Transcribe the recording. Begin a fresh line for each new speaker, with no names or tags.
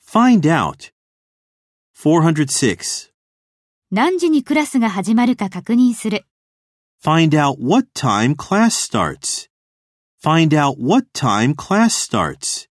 Find out. 406.
何時にクラスが始まるか確認する。
Find out what time class starts. Find out what time class starts.